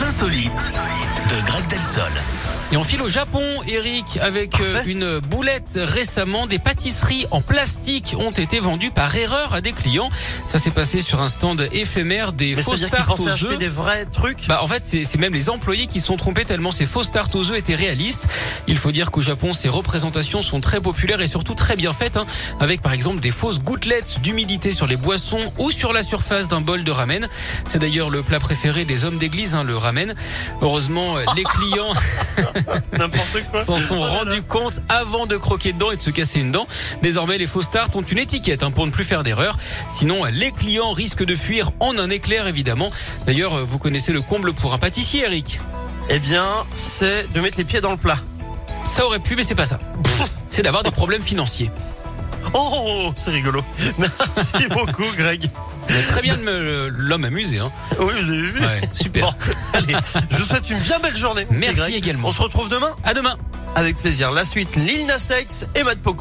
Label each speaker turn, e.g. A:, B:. A: insolites de Greg Delsol.
B: Et on file au Japon, Eric, avec euh, une boulette récemment. Des pâtisseries en plastique ont été vendues par erreur à des clients. Ça s'est passé sur un stand éphémère des
C: Mais ça veut
B: fausses
C: dire qu'ils
B: tartes aux
C: pensaient acheter
B: œufs.
C: des vrais trucs
B: Bah en fait c'est c'est même les employés qui se sont trompés tellement ces fausses tartes aux œufs étaient réalistes. Il faut dire qu'au Japon ces représentations sont très populaires et surtout très bien faites, hein, avec par exemple des fausses gouttelettes d'humidité sur les boissons ou sur la surface d'un bol de ramen. C'est d'ailleurs le plat préféré des hommes d'église, hein, le ramen. Heureusement euh, les clients
C: N'importe quoi
B: s'en sont rendus compte avant de croquer dedans et de se casser une dent. Désormais, les fausses tartes ont une étiquette hein, pour ne plus faire d'erreur. Sinon, les clients risquent de fuir en un éclair, évidemment. D'ailleurs, euh, vous connaissez le comble pour un pâtissier, Eric.
C: Eh bien, c'est de mettre les pieds dans le plat.
B: Ça aurait pu, mais c'est pas ça. C'est d'avoir des problèmes financiers.
C: Oh, oh, oh, c'est rigolo Merci beaucoup, Greg
B: Mais Très bien de me- l'homme amusé. Hein.
C: Oui, vous avez vu
B: Ouais, super.
C: Bon, allez, je vous souhaite une bien belle journée.
B: Merci
C: Greg.
B: également.
C: On se retrouve demain
B: À demain.
C: avec plaisir. La suite, Lil Nas X et Matt Pokora.